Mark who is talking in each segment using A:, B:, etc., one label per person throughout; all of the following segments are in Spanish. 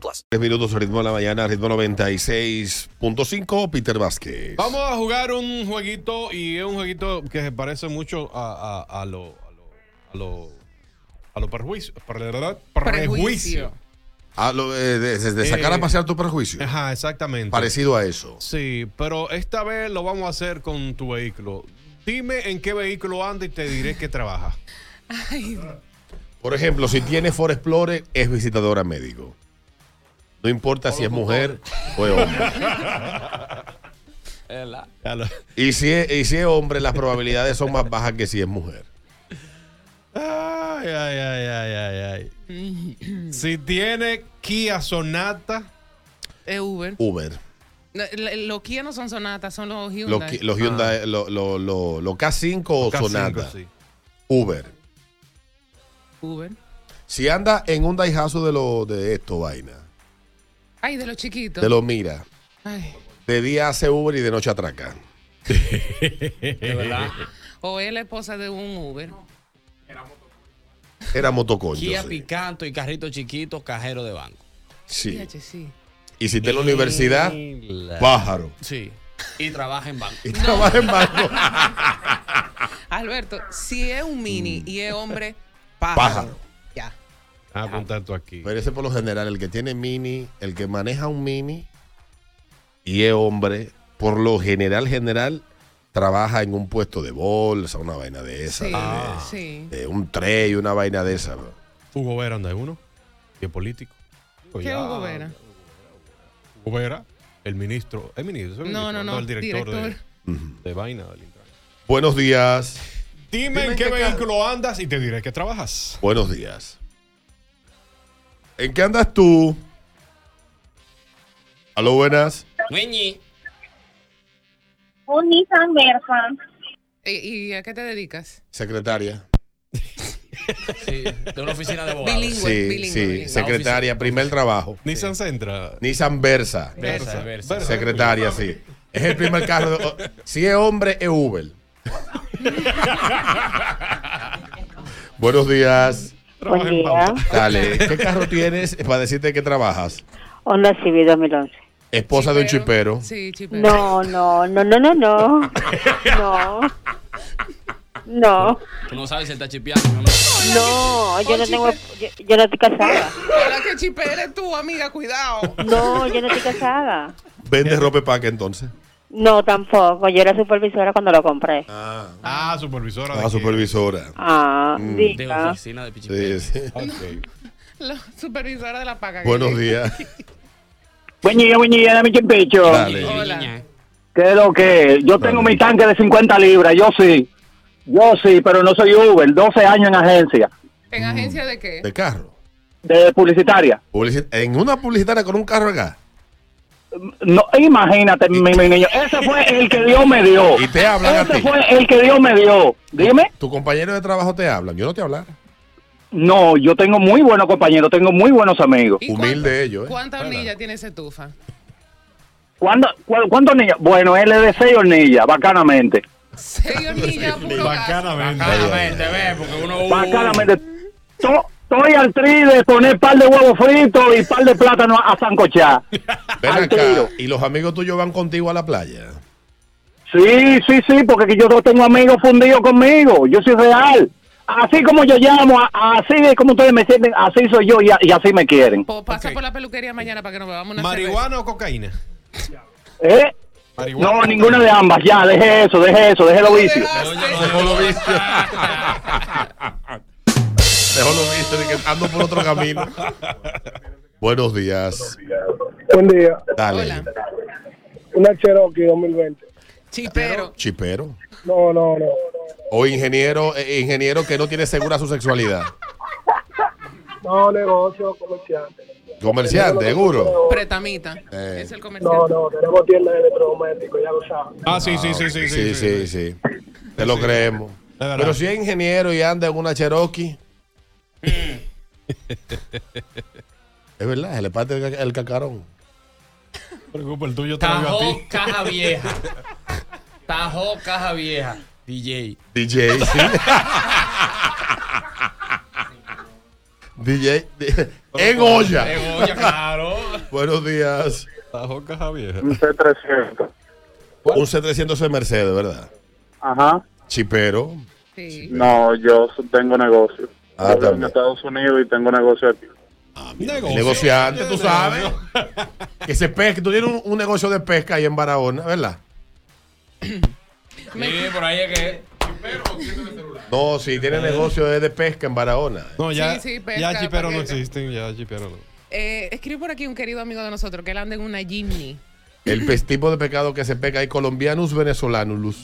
A: plus.
B: Tres minutos, ritmo de la mañana, ritmo 96.5, Peter Vázquez.
C: Vamos a jugar un jueguito y es un jueguito que se parece mucho a, a, a lo a lo a lo, a lo perjuicio, per- verdad, prejuicio.
B: A Ah, lo de, de- de- de sacar
C: Eh,
B: a pasear tu prejuicio.
C: Ajá, exactamente.
B: Parecido a eso.
C: Sí, pero esta vez lo vamos a hacer con tu vehículo. Dime en qué vehículo anda y te diré que trabaja.
B: Por ejemplo, si tiene Ford Explorer, es visitadora médico. No importa si es mujer o es hombre.
C: Ya lo-
B: Y si es, y si es hombre, las probabilidades son más bajas que si es mujer.
C: Ay, ay, ay, ay, ay, ay. si tiene Kia Sonata,
D: Es Uber.
B: Uber.
D: No, la- Los Kia no son sonatas, son los
B: Los,
D: Hyundai.
B: qui- los Hyundai,
C: Ah.
B: lo, lo- lo- lo K5 o
C: K5,
B: Sonata.
C: sí.
B: Uber.
D: Uber.
B: Si anda en un Daihatsu de, lo, de esto, vaina.
D: Ay, de los chiquitos.
B: Te lo mira.
D: Ay,
B: De día hace Uber y de noche atraca. Eh,
D: O es la esposa de un Uber.
B: Era motoconcho.
E: Kia
B: sí.
E: Picanto y carrito chiquito, cajero de banco.
B: Sí.
D: Fíjate, sí.
B: Y si está en la universidad,
F: Eh.
B: pájaro.
E: Sí. Y trabaja en banco.
B: Y trabaja en banco,
D: Alberto, si es un mini
B: Mm.
D: y es hombre, pájaro.
B: pájaro.
D: Ya.
C: a apuntar tú Ah, aquí.
B: Pero ese por lo general, el que tiene mini, el que maneja un mini y es hombre, por lo general, general, trabaja en un puesto de bolsa, una vaina de esa,
D: Sí,
B: de-
F: Ah.
D: sí.
B: de, un tray, una vaina de esa. bro.
C: Hugo Vera anda en uno, que es político. Digo,
D: ¿Qué
C: ya,
D: Hugo Vera?
C: Hugo Vera, el ministro. ¿El ministro? ¿El
D: No,
C: ministro?
D: no, no,
C: El director,
D: director.
C: De, de vaina del Intran.
B: Buenos días.
C: Dime, en qué vehículo andas y te diré que trabajas.
B: Buenos días. ¿En qué andas tú? Aló, buenas.
E: Ñeñi.
G: Un Nissan Versa.
D: ¿Y, y a qué te dedicas?
B: Secretaria.
E: Sí, de una oficina de abogados.
D: Bilingüe,
B: Ah, Sí,
D: bilingüe.
B: sí,
D: bilingüe.
B: secretaria, primer trabajo.
C: Nissan Sentra.
B: Nissan Versa.
E: Versa, versa.
C: Versa.
B: Secretaria, sí. Es el primer carro. de- o- si es hombre, es Uber. Buenos días.
C: Trabaja en pausa.
B: Dale, ¿qué carro tienes para decirte que trabajas?
H: Honda Civic 2011.
B: Esposa de un chipero.
D: Sí, chipero.
H: No, no, no, no, no, no. No. No,
E: Tú no sabes si él está chipeando. mi amor.
H: no, yo no
D: Oye,
H: tengo, yo, yo no estoy casada.
D: Hola, que chipero eres tú, amiga, cuidado.
H: No, yo no estoy casada.
B: Vende ropa pack entonces.
H: No, tampoco. Yo era supervisora cuando lo compré.
B: Ah,
C: Ah, supervisora. de
B: ah,
C: aquí.
B: supervisora.
H: Ah,
E: De
H: diga.
E: oficina de pichipeo.
B: Sí, sí.
C: Ok.
D: La supervisora de la paga. que
B: Buenos
D: te-
B: días.
F: Buen día, buen día, dame chimpecho.
B: Dale.
D: Hola.
F: ¿Qué es lo que? es? Yo tengo mi tanque de 50 libras, yo sí. Yo sí, pero no soy Uber, 12 años en agencia,
D: ¿En agencia de qué?
B: De carro.
F: de publicitaria.
B: Publici- En una publicitaria con un carro acá.
F: No, imagínate, mi, mi niño, ese fue el que Dios me dio.
B: Y te hablan a
F: Ese
B: ti.
F: fue el que Dios me dio. Dime.
B: Tu compañero de trabajo te hablan. Yo no te hablaba.
F: No, yo tengo muy buenos compañeros, tengo muy buenos amigos.
D: ¿Y
B: Humilde
D: cuánta-
B: ellos, ¿eh?
D: ¿Cuántas
B: Claro.
D: hornillas tiene ese tufa?
F: ¿Cuándo, cu- ¿Cuántos niños? Bueno, él es de seis hornillas, bacanamente.
D: Seis hornillas, puro gas.
E: Claramente, ve, porque uno.
F: Bacanamente. To- Estoy al tri de poner par de huevos fritos y par de plátano a a sancochar.
B: Ven
F: Al
B: acá.
F: tiro.
B: Y los amigos tuyos van contigo a la playa.
F: Sí, sí, sí, porque que yo no tengo amigos fundidos conmigo. Yo soy real. así como yo llamo, a- así es como ustedes me sienten, así soy yo y, a- y así me quieren.
D: O pasa por la peluquería mañana para que nos bebamos una
C: ¿Marihuana o cocaína?
F: ¿Eh? No, ninguna de ambas, ya, deje eso, deje eso, deje los vicios.
B: Dejó los vicios. Dejó los vicios, de que ando por otro camino. Buenos días.
I: Buen día.
B: Dale.
I: Una Cherokee 2020.
D: Chipero.
B: Chipero.
I: No, no, no.
B: O ingeniero, eh, ingeniero que no tiene segura su sexualidad.
I: No, negocio comercial.
B: Comerciante, seguro.
D: Pretamita.
B: Eh.
D: Es el comercial.
I: No, no, tenemos tienda de electrodomésticos, ya lo saben.
C: Ah, sí, sí, sí, sí,
B: Sí, sí,
C: sí.
B: sí. Te lo creemos. Pero si es ingeniero y anda en una Cherokee. es verdad, se le parte el ca- el cacarón.
C: Preocupa, el tuyo te lo dio a
E: Tajó
C: ti.
E: caja vieja. Tajó caja vieja. DJ.
B: DJ, sí. DJ, en olla.
E: En olla, claro.
B: Buenos días.
C: Tajó caja vieja.
B: Un C300. Un C300 es Mercedes, ¿verdad?
J: Ajá.
B: Chipero.
J: No, yo tengo negocio. yo vivo
B: Ah,
J: en
B: también.
J: Estados Unidos y tengo negocio aquí.
B: Negociante, tú sabes. Que se pesca. Tú tienes un, un negocio de pesca ahí en Barahona, ¿verdad?
E: Sí, por ahí es que.
B: No, sí, tiene negocio de, de pesca en Barahona.
C: No, ya,
D: Sí, sí, pues, pesca,
C: ya chipero no
D: paquete.
C: existen, ya chipero no.
D: Eh, escribe por aquí un querido amigo de nosotros que él anda en una Jimny.
B: El pes- tipo de pecado que se pesca ahí, colombianus venezolanus.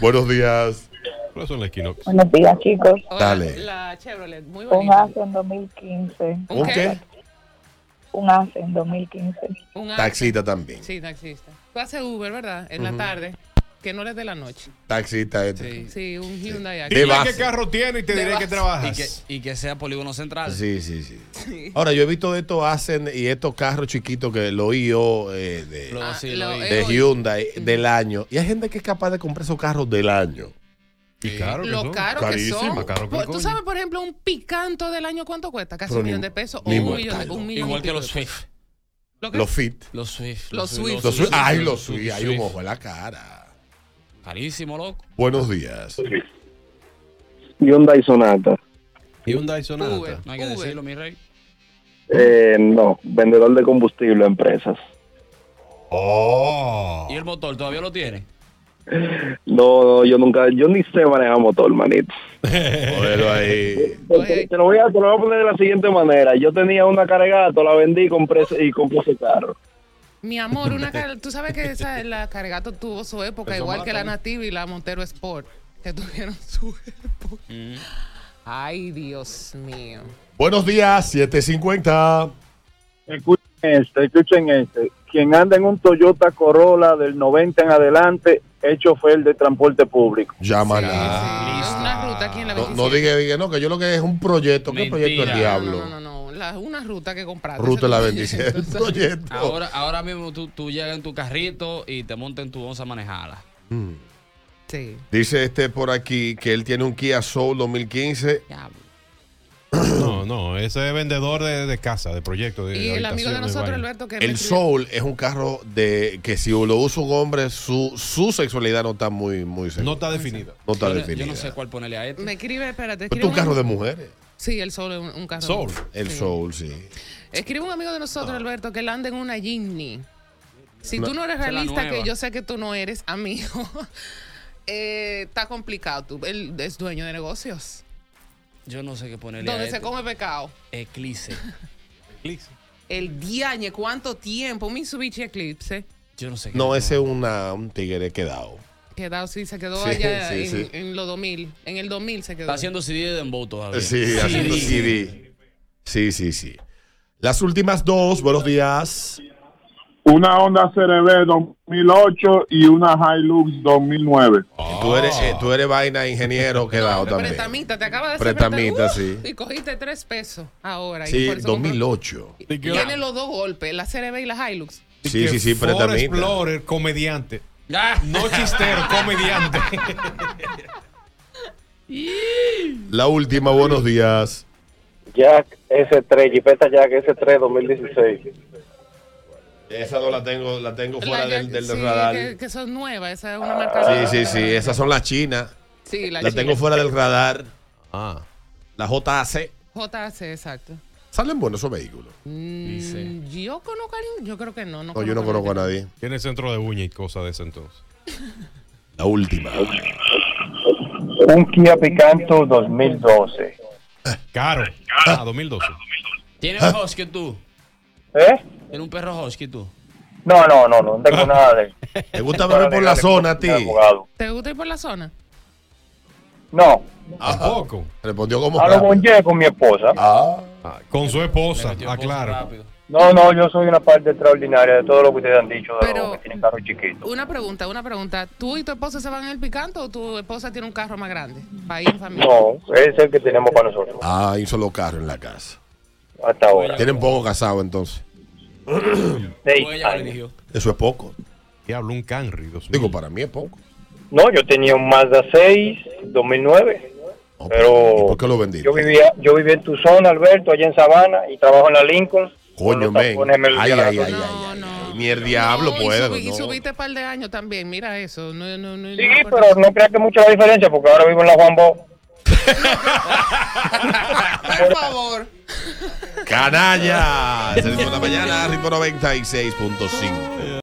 B: Buenos días.
C: Pero son la Equinox.
K: Buenos días, chicos.
B: Dale.
D: La Chevrolet, muy
K: Un
D: bonita.
K: Accent 2015.
B: ¿Un qué?
K: Un Accent 2015.
D: Un
B: Taxita también.
D: Sí, taxista. Tú haces Uber, ¿verdad? En la
B: Ujú.
D: tarde. Que no les de la noche.
B: Taxita este.
D: Sí, un Hyundai aquí.
B: De Dile base. qué
C: carro tiene y te diré
D: que
C: qué trabajas.
E: Y que, y que sea polígono central.
B: Sí, sí, sí. Ahora, yo he visto de estos hacen y estos carros chiquitos que lo IO eh, de,
D: Ah,
E: Lo- sí, lo-
B: de
E: eh,
B: Hyundai del año. Y hay gente que es capaz de comprar esos carros del año. Y
D: Lo
B: caro
D: caro que son. Por- Tú sabes, por ejemplo, un picanto del año, ¿cuánto cuesta? Casi
B: Pero
D: un
B: ni-
D: millón de pesos. O
B: ni
D: un
B: mortal.
D: millón, de- un millón.
E: Igual
D: y
E: que
D: pico
E: los
D: de pesos.
E: Swift.
D: ¿Lo qué?
B: Los Fit.
E: Los Swift.
D: Los Swift.
B: Los Swift. Ay, los Swift. Hay un ojo en la cara.
E: Carísimo, loco.
B: Buenos días.
L: Hyundai Sonata.
C: Hyundai Sonata.
E: No hay que decirlo, mi rey.
L: Eh, no, vendedor de combustible a empresas.
C: Oh.
E: ¿Y el motor todavía lo tiene?
L: No, no, yo nunca, yo ni sé manejar motor, manito.
B: Póngalo ahí.
L: Te, te lo voy a, te lo voy a poner de la siguiente manera. Yo tenía una cargato, la vendí y compré, ese- y compré ese carro.
D: Mi amor, una car- tú sabes que esa, la Cargato tuvo su época,
L: Eso
D: igual que la
L: mata,
D: Nativa y la Montero Sport, que tuvieron su época. Ay, Dios mío.
B: Buenos días, 750.
J: Escuchen este, escuchen este. Quien anda en un Toyota Corolla del 90 en adelante es chofer de transporte público.
B: Llámala.
D: Es una ruta aquí en la
B: No,
D: 27.
B: no diga, diga, no, que yo lo que es un proyecto. ¿Qué proyecto el diablo?
D: No, no, no, no, la- una ruta que compraste.
B: Ruta de la
D: bendición.
B: bendición. Proyecto.
E: Ahora, ahora mismo tú, tú llegas en tu carrito y te montas en tu onza manejada.
B: Mm.
D: Sí.
B: Dice este por aquí que él tiene un Kia Soul 2015.
C: No, no, ese es vendedor de, de casa, de proyecto. De
D: Y el amigo de
C: habitaciones,
D: nosotros,
C: vaina.
D: Alberto, que me
B: El
D: escribió-
B: Soul es un carro de que si lo usa un hombre, su, su sexualidad no está muy, muy No
C: está definida.
B: No está
E: yo, no- yo
B: definida.
E: no sé cuál ponerle a este.
D: me escribe, espérate.
B: Pero
D: Escribe
B: es un carro de mujeres.
D: Sí, el sol es un, un carro.
B: El
D: Sí.
B: Soul, sí.
D: Escribe un amigo de nosotros, Alberto, que él anda en una Jimny. Si
B: Una-
D: tú no eres
B: Esa es la
D: realista, que
B: nueva.
D: yo sé que tú no eres amigo, eh, está complicado. Tú, él es dueño de negocios.
E: Yo no sé qué ponerle a
D: Donde
E: este.
D: se come pecado.
E: Eclipse. Eclipse.
D: El diañe, ¿cuánto tiempo? Un Mitsubishi Eclipse.
E: Yo no sé qué.
B: No, ese es una, un tigre quedado.
D: Quedado, sí, se quedó
B: Sí,
D: allá
B: sí,
D: en,
B: sí.
D: en los 2000. En el 2000 se quedó.
E: Está haciendo CD de Dembow todavía.
B: Sí, haciendo CD. Sí, sí, sí. Las últimas dos, buenos días.
J: Una Honda CRB 2008 y una Hilux 2009.
B: Tú, eres, eh, tú eres vaina ingeniero quedado también.
D: Pretamita, te acaba de hacer
B: Pretamita, sí.
D: Y cogiste tres pesos ahora. y
B: Sí,
D: por eso compró-
B: 2008.
D: Tiene los dos golpees, la CRB y la Hilux.
B: Sí, sí, sí,
C: Ford
B: pretamita.
C: Explorer, comediante. No chistero, comediante.
B: La última, buenos días.
L: Jack S3, Jipeta Jack S3 2016.
B: Esa no la tengo, la tengo fuera
D: La que-
B: del, del
D: sí,
B: radar.
D: Que, que son nuevas, esa es una marca.
B: Sí, sí, sí. Esas son las chinas.
D: Sí, la
B: La,
D: china.
B: tengo fuera del radar. Ah. La JAC.
D: JC, exacto. Mm,
B: Salen buenos esos vehículos.
C: Dice.
D: Yo conozco a alguien, yo creo que no. No,
B: No, yo no conozco a nadie.
C: Tiene centro de uña y cosas de ese entonces.
B: La última.
F: Un Kia Picanto 2012.
C: Caro. Ah, 2012.
M: ¿Tienes un husky tú?
F: ¿Eh?
M: ¿Tienes un perro husky tú?
F: No, no, no, no tengo nada de
B: ¿Te gusta beber Ah. por la zona a ti?
D: ¿Te gusta ir por la zona?
F: No.
C: Tampoco.
B: Respondió como.
F: A lo
B: rápido.
F: bonché con mi esposa.
C: Con su esposa, aclaro.
F: No, no, yo soy una parte extraordinaria de todo lo que ustedes han dicho de los que tienen carros chiquitos.
D: Una pregunta, una pregunta. ¿Tú y tu esposa se van en el picante o tu esposa tiene un carro más grande? Para ir en familia.
F: No, es el que tenemos para nosotros.
B: Ah, hay un solo carro en la casa.
F: Hasta ahora.
B: Tienen poco casado entonces. Eso es poco.
C: Diablo, un Canry.
B: Digo, para mí es poco.
F: No, yo tenía un Mazda 6 2009. pero
B: ¿Por qué lo vendí?
F: yo vivía yo vivía en tu zona, Alberto, allá en Sabana y trabajo en la Lincoln.
B: Coño,
F: Con los
B: men.
F: tapones me olvidé
B: Ay, ay,
F: la
B: ay, ay,
F: gasolina.
B: ay, ay. Ni el diablo puedo.
D: Y
B: no.
D: subiste un par de años también, mira eso. No, no, no,
F: Sí, pero no creas que mucha la diferencia porque ahora vivo en la Juan Bó.
D: Por favor.
B: Canalla. Salimos de la mañana, ritmo 96.5.